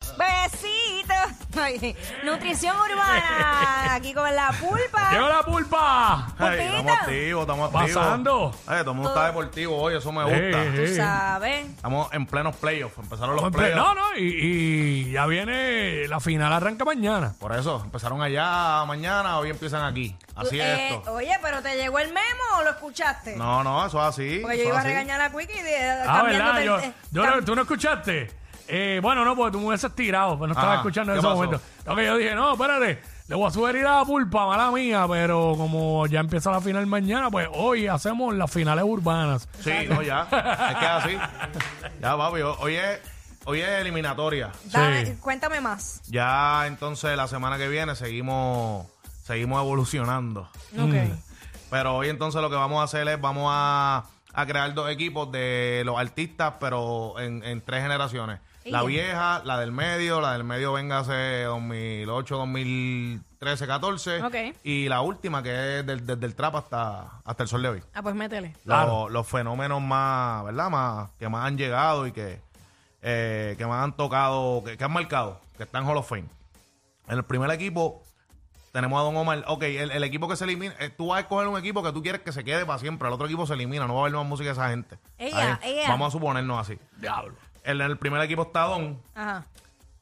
Ay, Nutrición urbana. Aquí con la ¡Llegó pulpa. la pulpa! Pulpita. Ay, estamos activos, estamos activos. Pasando. Ay, todo el mundo está deportivo hoy, eso me gusta. Eh, Tú eh. sabes. Estamos en plenos playoffs, empezaron los Pues, playoffs. No, no, y, y ya viene la final, arranca mañana. Por eso, empezaron allá mañana, hoy empiezan aquí. Así es Eh, esto. Oye, pero te llegó el memo o lo escuchaste? No, no, eso es así. Porque eso yo es iba a así. regañar a Quickie y de, Ah, ¿verdad? cambiándote Yo, el- eh, yo cam- no- ¿Tú no escuchaste? Eh, bueno, no, porque tú me hubieses tirado, pero pues no estaba Ajá, escuchando en Ah, ¿qué ese pasó? momento. Lo que yo dije, no, espérate, le voy a sugerir a la pulpa, mala mía, pero como ya empieza la final mañana, pues hoy hacemos las finales urbanas. Sí, no, ya. Es que es así. Ya, papi, hoy es, hoy es eliminatoria. Dame- Sí. Cuéntame más. Ya entonces la semana que viene seguimos, seguimos evolucionando. Mm. Ok. Pero hoy entonces lo que vamos a hacer es vamos a, a crear dos equipos de los artistas, pero en, en tres generaciones. La Ey. vieja, la del medio, la del medio véngase 2008, 2013, 14. Ok. Y la última que es del- desde el trap hasta, hasta el sol de hoy. Ah, pues métele. Los- Claro. Los, fenómenos más, ¿verdad? Más, que más han llegado y que, eh, que más han tocado, que, que han marcado, que están en Hall of Fame. En el primer equipo tenemos a Don Omar. Ok, el, el equipo que se elimina, eh, tú vas a escoger un equipo que tú quieres que se quede para siempre. El otro equipo se elimina, no va a haber más música de esa gente. Ella, ella. Vamos a suponernos así. Diablo. En el primer equipo está Don, Ajá.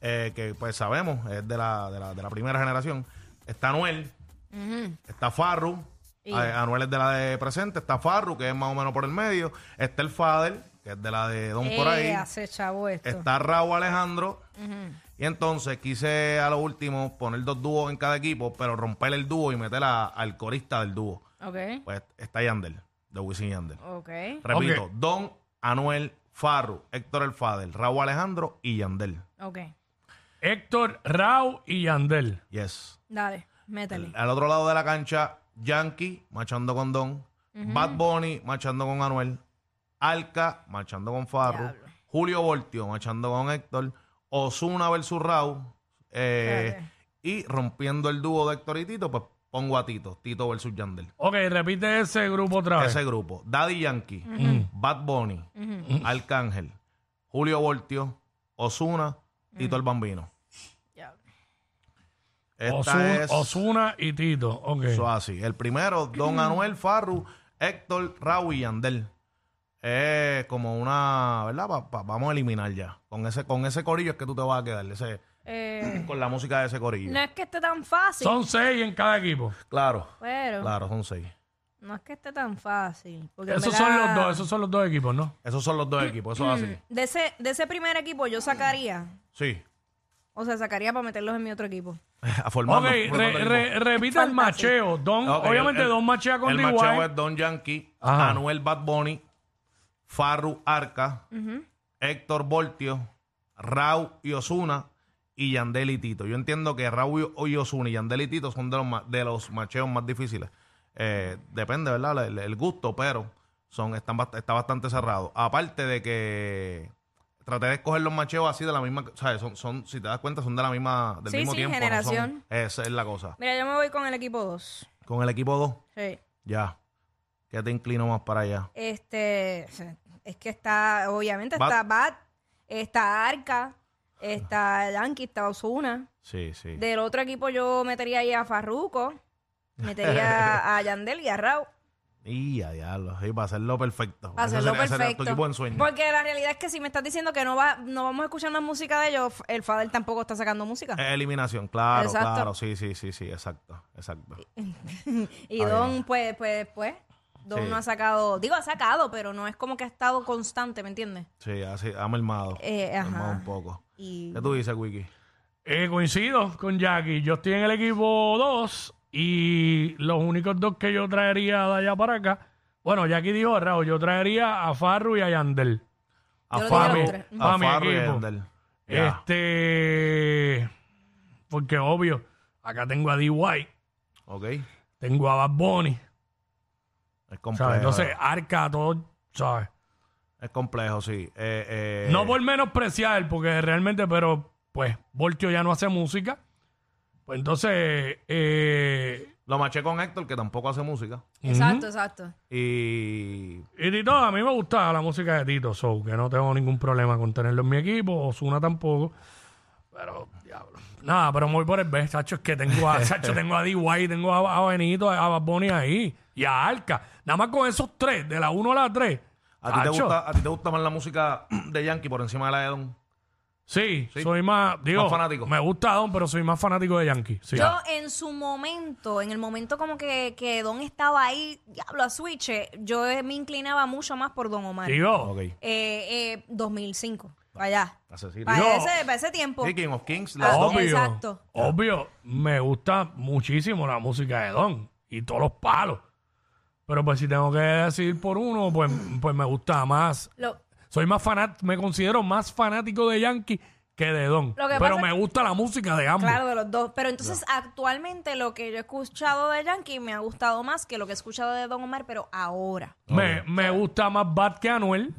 eh, que pues sabemos, es de la, de la, de la primera generación. Está Noel, Ujú. Está Farru. Y- a- Anuel es de la de presente. Está Farru, que es más o menos por el medio. Está el Fader, que es de la de Don por ahí. Eh, hace chavo esto. Está Raúl Alejandro. Y entonces quise a lo último poner dos dúos en cada equipo, pero romper el dúo y meter a- al corista del dúo. Ok. Pues está Yandel, de Wisin y Yandel. Ok. Repito, Ok. Don, Anuel, Farru, Héctor el Fader, Raúl Alejandro y Yandel. Ok. Héctor, Rau y Yandel. Yes. Dale, métele. Al- Al otro lado de la cancha, Yankee machando con Don, Bad Bunny machando con Anuel, Alca machando con Farru, Diablo. Julio Voltio machando con Héctor, Osuna versus Raúl, eh, Espérate. y rompiendo el dúo de Héctor y Tito, pues pongo a Tito, Tito versus Yandel. Ok, repite ese grupo otra vez. Ese grupo, Daddy Yankee, Bad Bunny, Arcángel, Julio Voltio, Osuna, Tito el Bambino. Ya. Esta Ozuna- es- Ozuna y Tito. Ok. Eso así. El primero, Don Anuel Farru, Héctor, Raúl y Yandel. Es como una, ¿verdad? Pa- pa- vamos a eliminar ya. Con ese, con ese corillo es que tú te vas a quedar. ese- Eh, con la música de ese corillo. no es que esté tan fácil, Son seis en cada equipo. Claro, pero claro, son seis. no es que esté tan fácil. porque en Esos son verdad- los dos, esos son los dos equipos, ¿no? Esos son los dos equipos, eso es así. De ese, de ese primer equipo yo sacaría. Sí. O sea, sacaría para meterlos en mi otro equipo. a formando, Ok, re- formando equipo. re- repita Fantasy. el macheo. Don, Ok, obviamente, el- el- Don machea con El macheo D.Y. es Don Yankee, Ajá. Anuel Bad Bunny, Farru Arca, Héctor Voltio, Raúl y Osuna y Yandel y Tito. Yo entiendo que Raúl y Osuna y Yandel y Tito son de los, ma- de los macheos más difíciles. Eh, depende, ¿verdad? El, el gusto, pero son están bast- está bastante cerrado. Aparte de que traté de escoger los macheos así de la misma, o sea, son, son si te das cuenta son de la misma del Sí, mismo sí, tiempo, no son- generación. esa es la cosa. Mira, yo me voy con el equipo 2. Con el equipo 2 Sí. ya. ¿Qué te inclino más para allá? Este, es que está, obviamente Bat. está Bat, está Arca, está Yankee, está Osuna. Sí, sí. Del otro equipo yo metería ahí a Farruko, metería a Yandel y a Raúl. Y a diablo. Sí, para hacerlo perfecto. Para Ese hacerlo sería- ese sería perfecto. tu equipo en sueño. Porque la realidad es que si me estás diciendo que no va, no vamos a escuchar más música de ellos, el Fader tampoco está sacando música. Eh, Eliminación, claro, Exacto. claro. Sí, sí, sí, sí, exacto. Exacto. Y Ay. Don, pues, pues, pues, Don Sí. no ha sacado, digo, ha sacado, pero no es como que ha estado constante, ¿me entiendes? Sí, así, ha mermado. Eh, Ha mermado ajá. un poco. Y ¿Qué tú dices, Wiki? Eh, coincido con Jackie. Yo estoy en el equipo 2 y los únicos dos que yo traería de allá para acá. Bueno, Jackie dijo Raúl, yo traería a Farru y a Yandel. Yo A lo Farru, digo los tres. a Pa' mi Farru y a equipo. Yandel. Ya. Este. Porque obvio, acá tengo a D.Y., Ok. tengo a Bad Bunny. Es ¿sabes? complejo. Entonces, arca todo, ¿sabes? es complejo, sí. Eh, eh, No por menospreciar, porque realmente, pero pues, Voltio ya no hace música. Pues entonces, eh, Lo maché con Héctor, que tampoco hace música. Exacto, exacto. Y. y Tito, a mí me gusta la música de Tito, so, que no tengo ningún problema con tenerlo en mi equipo, Osuna tampoco. Pero, diablo. Nada, pero muy por el B, chacho. Es que tengo a, chacho, tengo a DY, tengo a, a Benito, a, a Bad Bunny ahí y a Arca. Nada más con esos tres, de la 1 a la 3. ¿A ti, te gusta, ¿A ti te gusta más la música de Yankee por encima de la de Don? Sí, Sí. soy más. Digo, fanático. Me gusta Don, pero soy más fanático de Yankee. Sí. Yo en su momento, en el momento como que, que Don estaba ahí, diablo, a Switch, eh, yo eh, me inclinaba mucho más por Don Omar. Eh, Digo, Ok. eh, 2005, para allá. Asesino. Para Digo- ese, para ese tiempo. Sí, King of Kings, Ah, la Don. obvio. exacto. Obvio, me gusta muchísimo la música de Don y todos los palos. Pero pues si tengo que decidir por uno, pues, pues me gusta más. Lo- Soy más fanat, me considero más fanático de Yankee que de Don. Lo que Pero pasa me gusta la música de ambos. claro, de los dos. Pero entonces actualmente lo que yo he escuchado de Yankee me ha gustado más que lo que he escuchado de Don Omar, pero ahora. Me, me gusta más Bad que Anuel.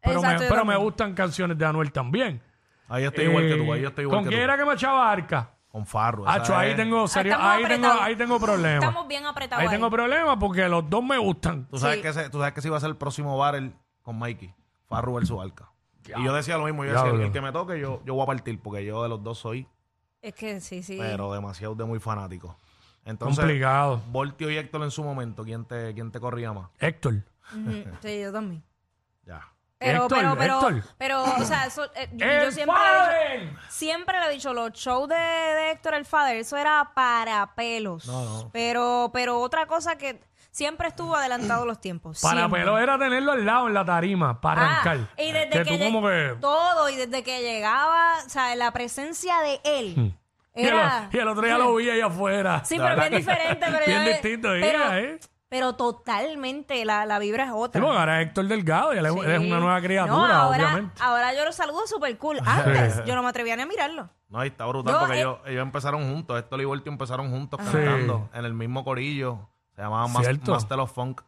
Pero, Exacto, me, yo pero me también. gustan canciones de Anuel también. Ahí yo estoy igual que tú, ahí Eh, yo estoy igual ¿Con que quién tú. Pues era que me echaba arca? Con Farro. Acho, ahí tengo serio- Ah, Estamos ahí tengo, apretados. ahí tengo problemas. Estamos bien apretados. ahí tengo problemas porque los dos me gustan. Tú sabes, Sí. que ese, tú sabes que ese iba a ser el próximo battle con Mikey. Farru versus Arca. Y yo decía lo mismo. Yo decía, Diablo. el que me toque, yo, yo voy a partir. Porque yo de los dos soy, Es que sí, sí. pero demasiado de muy fanático. Entonces, Complicado. Voltio y Héctor en su momento, ¿quién te, quién te corría más? Héctor. Ujú, sí, yo también. Ya. Pero, Héctor, pero, pero, Héctor. pero, o sea, eso, eh, yo, yo ¡El siempre, le he Fader! dicho, siempre le he dicho, los shows de, de Héctor el Father, eso era para pelos. Pero, pero otra cosa que siempre estuvo adelantado los tiempos. Para siempre. pelo era tenerlo al lado en la tarima para Ah, arrancar. y desde que, tú lleg- como que... todo, y desde que llegaba, o sea, la presencia de él Hmm. Y el, era. y el otro día lo vi ahí afuera. Sí, pero bien diferente, pero Bien yo- distinto, pero, era, ¿eh? pero totalmente la, la vibra es Sí, otra. porque ahora es Héctor Delgado y él es- Sí. él es una nueva criatura, No, ahora, obviamente. Ahora yo lo saludo super cool. Antes yo no me atrevía ni a mirarlo. No, y está brutal No, porque eh. Ah. ellos, ellos empezaron juntos. Héctor y Voltio empezaron juntos Ajá. cantando en el mismo corillo. Se llamaban Mas- Cierto. Master of Funk.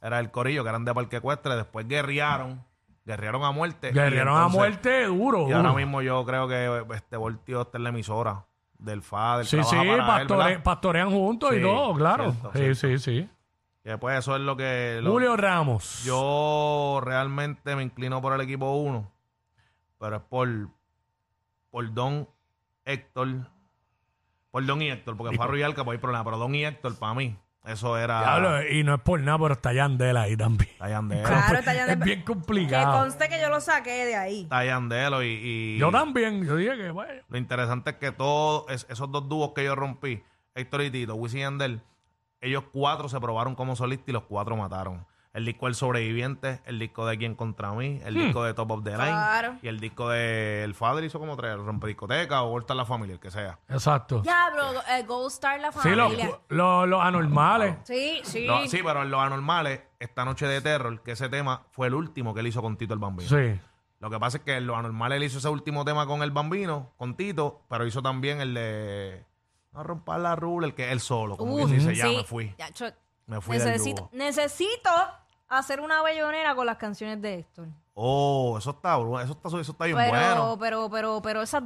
Era el corillo que eran de Parque Ecuestre. Después guerrearon. Guerrearon a muerte. y Guerrieron a entonces- muerte Uh. duro. Y ahora duro. mismo yo creo que este Voltio está en la emisora del FAD, del Sí, sí, pastore- pastorean juntos y Sí, todo, claro. cierto, sí, cierto. sí, sí. Que pues eso es lo que... lo- Julio Ramos. Yo realmente me inclino por el equipo 1, pero es por, por Don Héctor. Por Don y Héctor, porque Farro y Alca pues hay problema, pero Don y Héctor para mí, eso era... Diablo, eh. y no es por nada, pero está Yandela ahí también. Tayandelo. Claro, Compl- está Yandel- Es bien Que complicado. conste que yo lo saqué de ahí. Tayandelo y... y- Yo también, yo dije que, bueno, Lo interesante es que todos es- esos dos dúos que yo rompí, Héctor y Tito, Wisin y Yandel, ellos cuatro se probaron como solistas y los cuatro mataron. El disco El Sobreviviente, el disco de Quien Contra Mí, el disco de Top of the Line Claro. y el disco de El Father hizo como tres, Rompediscoteca o Vuelta a la Familia, el que sea. exacto. Diablo, eh, Gold Star la Sí, los, familia. los- los anormales. Sí, sí. Lo- sí, pero en Los Anormales, esta noche de terror, que ese tema fue el último que él hizo con Tito el Bambino. Sí. Lo que pasa es que en Los Anormales él hizo ese último tema con el Bambino, con Tito, pero hizo también el de... No rompa la rula, el que él solo, como que Uh, sí se llama, sí. fui. Ya, cho- Me fui necesito, del dúo. necesito hacer una bellonera con las canciones de Héctor. Oh, eso está, bru- eso está, eso está bien Pero, bueno. pero, pero, pero, esa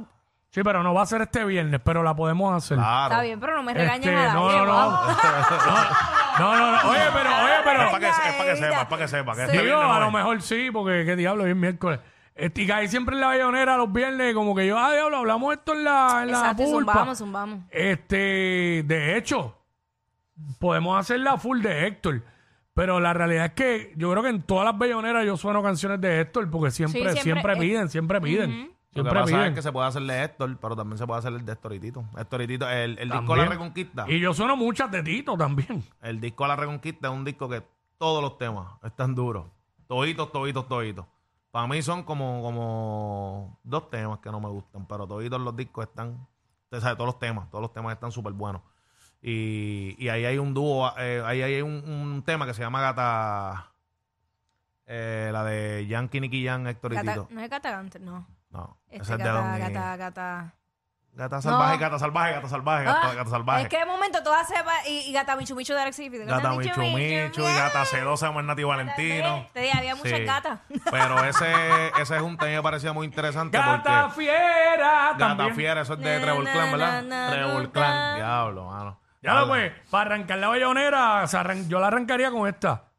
Sí, pero no va a ser este viernes, pero la podemos hacer. Claro. está bien, pero no me Este, regañen a no, nadie, no, no. vamos. No, no, no. Oye, pero, oye, Es pero. para que, se- es para que sepa, es para que sepa. Que este Digo, viernes no a lo es. mejor sí, porque qué diablo, hoy es miércoles. Este, y caí siempre en la bayonera los viernes, como que yo, ah, diablo, hablamos esto en la, en la Exacto, y pulpa. zumbamos, zumbamos. Este, de hecho, podemos hacer la full de Héctor. Pero la realidad es que yo creo que en todas las belloneras yo sueno canciones de Héctor porque siempre, siempre, siempre, eh, piden, siempre piden. Lo que Siempre pasa piden. es que se puede hacer el de Héctor, pero también se puede hacer el de Héctor y Tito. Héctor y Tito, el, el disco La También. Reconquista. Y yo sueno muchas de Tito también. El disco La Reconquista es un disco que todos los temas están duros. Toditos, toditos, toditos. Para mí son como, como dos temas que no me gustan, pero toditos los discos están, usted sabe, todos los temas, todos los temas están súper buenos. Y, y ahí hay un dúo, eh, ahí hay un, un tema que se llama Gata, eh, la de Yankee, Nicky Yan, Héctor y Gata- Tito. no es Catagante, no. No, Este, ese es de gata, Don y- gata, gata. Gata salvaje, No. gata salvaje, gata salvaje, Ah, gata, gata salvaje. Es que de momento todas se va- y, y Gata Michu Michu de Alex y Fidel. Gata Michu Michu y Gata Celosa de Mernati Valentino. Te dije, había muchas Sí. gatas. Pero ese, ese es un tema que me parecía muy interesante Gata porque Fiera Gata también. Fiera, eso es Na, de Trevor na, na, Clan, na, ¿verdad? Trevor na. Clan, diablo, mano. Ya lo pues, para arrancar la bayonera, se arran- yo la arrancaría con esta.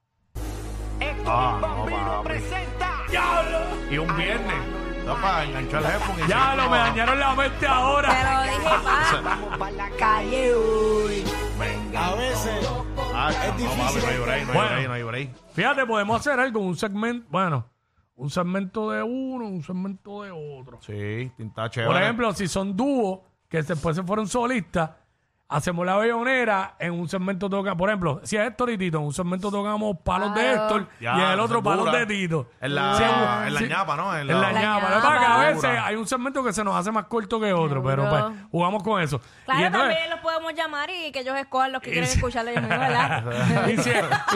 Héctor Ah, el no, Bambino papi. presenta ¡Diablo! Y un viernes. al Está para enganchar el headphone y Ya se- lo me dañaron la mente ahora. Te lo dije, "Ah, pa. Vamos para la calle hoy. Venga. A veces. Ah, no, papi, no hay break, no hay Bueno. break, no hay break. Fíjate, podemos hacer algo, un segmento, bueno, un segmento de uno, un segmento de otro. Sí, tinta chévere. Por ejemplo, si son dúos, que después se fueron solistas, hacemos la bellonera en un segmento toca. Por ejemplo, si es Héctor y Tito, en un segmento tocamos palos de Héctor Ya, y en el otro dura. palos de Tito. En la- Sí, en la sí. ñapa, ¿no? En la ñapa. Lo que pasa es que a veces hay un segmento que se nos hace más corto que otro, pero Seguro. pues, jugamos con eso. Claro, y, entonces- también los podemos llamar y que ellos escojan los que Y quieren si- escucharlo ellos mismos, ¿verdad? y si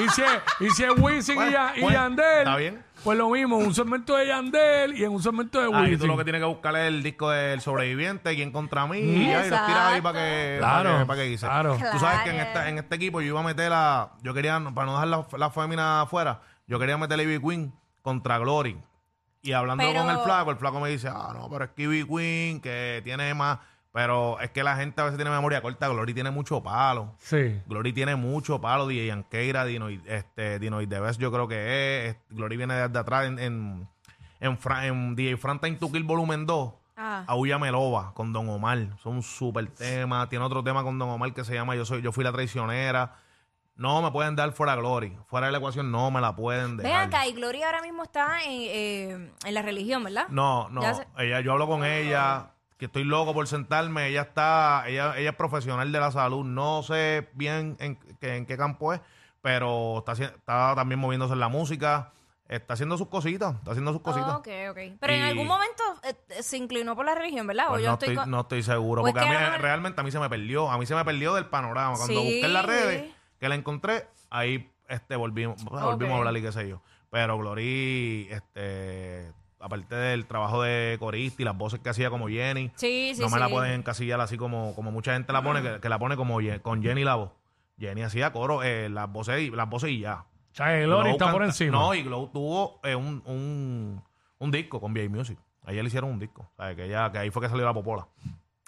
y si y si es Wisin y, Bueno, Ya- y bueno, Yandel, está bien. pues lo mismo, un segmento de Yandel y en un segmento de Ahí tú lo Ah, que Wisin. tienes que buscar es el disco del sobreviviente, quién contra mí, y ahí los Exacto. tiras ahí para que, ¿Mm? Claro, para que, para que guise. claro. Tú sabes que en, Claro. esta- en este equipo yo iba a meter la, yo quería, para no dejar la, la fémina afuera, yo quería meter a Ivy Queen contra Glory. Y hablando Pero- con el flaco, el flaco me dice, ah, no, pero es que Ivy Queen, que tiene más, pero es que la gente a veces tiene memoria corta, Glory tiene mucho palo. Sí. Glory tiene mucho palo, DJ Yankeira, Dino, y- este, Dino y The Best, yo creo que es. Glory viene desde atrás en, en, en, Fra- en DJ Frantain to Kill Volumen 2. Ah. Aulla Melova con Don Omar. Son súper temas. Tiene otro tema con Don Omar que se llama Yo soy yo fui la traicionera. No me pueden dar fuera Glory. Fuera de la ecuación no me la pueden Ven dejar. acá, y Gloria ahora mismo está en, eh, en la religión, ¿verdad? No, no. Ya se- Ah. Ella, yo hablo con ella, que estoy loco por sentarme. Ella está, ella, ella es profesional de la salud. No sé bien en, que- en qué campo es, pero está, haci- está también moviéndose en la música. Está haciendo sus cositas, está haciendo sus cositas. Ah, Ok, ok. Pero en Y- algún momento eh, se inclinó por la religión, ¿verdad? Pues o yo no, estoy, estoy, con- no estoy seguro, Pues porque a que mí a lo mejor- realmente a mí se me perdió. A mí se me perdió del panorama. Cuando Sí. busqué en las redes, que la encontré, ahí este, volvimos, volvimos a hablar y qué sé yo. Pero Glory, este, aparte del trabajo de corista y las voces que hacía como Jenny, Sí, sí, no me la sí. pueden encasillar así como, como mucha gente la pone, que, que la pone como Ye- con Jenny la voz. Jenny hacía coro, eh, las, voces y, las voces y ya. O sea, que Glory Glow está por canta- encima. No, y Glow tuvo eh, un, un, un disco con VA Music. Ayer le hicieron un disco. O sea, que, ella, que ahí fue que salió la popola.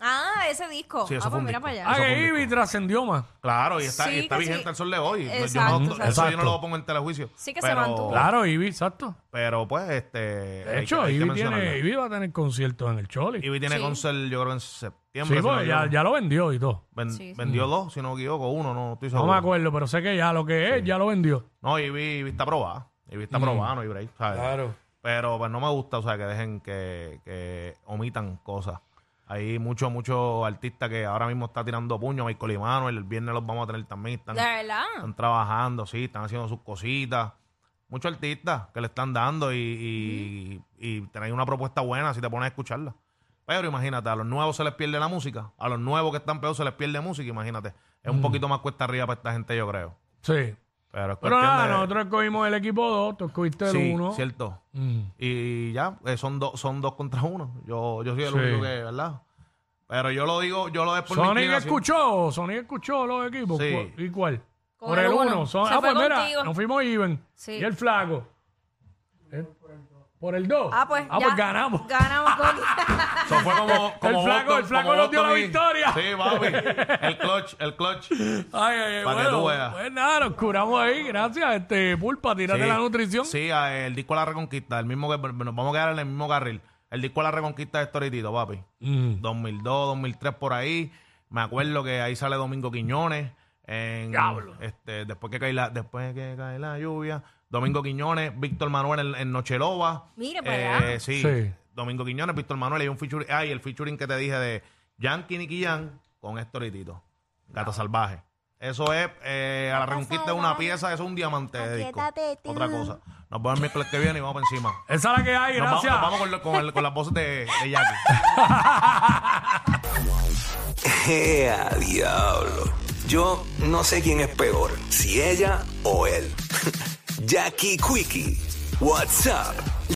Ah, ese disco. Sí, eso ah, fue pues un mira disco. para allá. ah, eso fue que un Ivy disco. trascendió más. Claro, y está, Sí, y está que sí. vigente al sol de hoy. No, yo Exacto, no- exacto. Eso yo no Exacto. lo pongo en telejuicio. Sí que se mantuvo. Claro, Ivy, exacto. Pero pues, este. De hecho, Ivy Ivy, tiene, Ivy va a tener conciertos en el Choli. Ivy tiene Sí. concert, yo creo que en Sí, septiembre. si no porque me ya, equivoco. ya lo vendió y todo. Ven- Sí, sí. Vendió dos, si no me equivoco, uno, no estoy No seguro. me acuerdo, pero sé que ya lo que es, ya lo vendió. No, Ivy, Ivy está probada. Ivy está probada, no hay break, ¿sabes? Pero pues no me gusta, o sea, que dejen que, que omitan cosas. Hay muchos, muchos artistas que ahora mismo está tirando puño, Michael Imano, el viernes los vamos a tener también. Están, De verdad. están trabajando, sí, están haciendo sus cositas. Muchos artistas que le están dando y, y, y tenéis una propuesta buena si te pones a escucharla. Pero imagínate, a los nuevos se les pierde la música, a los nuevos que están peor se les pierde música, imagínate. Es un poquito más cuesta arriba para esta gente, yo creo. Sí. Pero Pero es cuestión nada, de- nosotros escogimos el equipo 2, tú escogiste el Mm. sí, 1. cierto. Y ya, eh, son, dos son dos contra uno. Yo, yo soy el Sí. único que, ¿verdad? Pero yo lo digo, yo lo es por mi Sonic inclinación. escuchó, Sonic escuchó los equipos. Sí. ¿Cu- ¿Y cuál? Con por el el uno. 1. Se Ah, fue pues mira, contigo. nos fuimos even. Sí. Y el flaco. ¿Eh? Por el 2. Ah, pues. ya. ganamos. Ganamos con. Eso fue como, como El flaco- Boston- el flaco como nos dio Boston la y- victoria. Sí, papi. El clutch, el clutch. Ay, ay, ay, Para que bueno, tú veas. pues nada, nos curamos ahí. Gracias, este Pulpa, tírate Sí. la nutrición. Sí, a- el disco de la Reconquista, el mismo que nos vamos a quedar en el mismo carril. El disco de la Reconquista de Storitito, papi. Mm. 2002, 2003 por ahí. Me acuerdo que ahí sale Domingo Quiñones. En, Diablo. Este, después que cae la, después que cae la lluvia. Domingo Quiñones, Víctor Manuel en, en Nocheloba. Mire para allá. sí. Sí. Domingo Quiñones, Víctor Manuel y un featuring. Ay, el featuring que te dije de Yankee Nicky Yan con Héctor y Tito. Gata salvaje. Eso es eh, a la reconquista de una pieza, eso es un diamante de disco. Otra cosa. Nos vemos el miércoles que viene y vamos para encima. Esa es la que hay, Nos vamos, gracias. nos vamos con, lo- con el- con las voces de, de Jackie. ¡Ea, diablo! Yo no sé quién es peor, si ella o él. Jackie Quickie, WhatsApp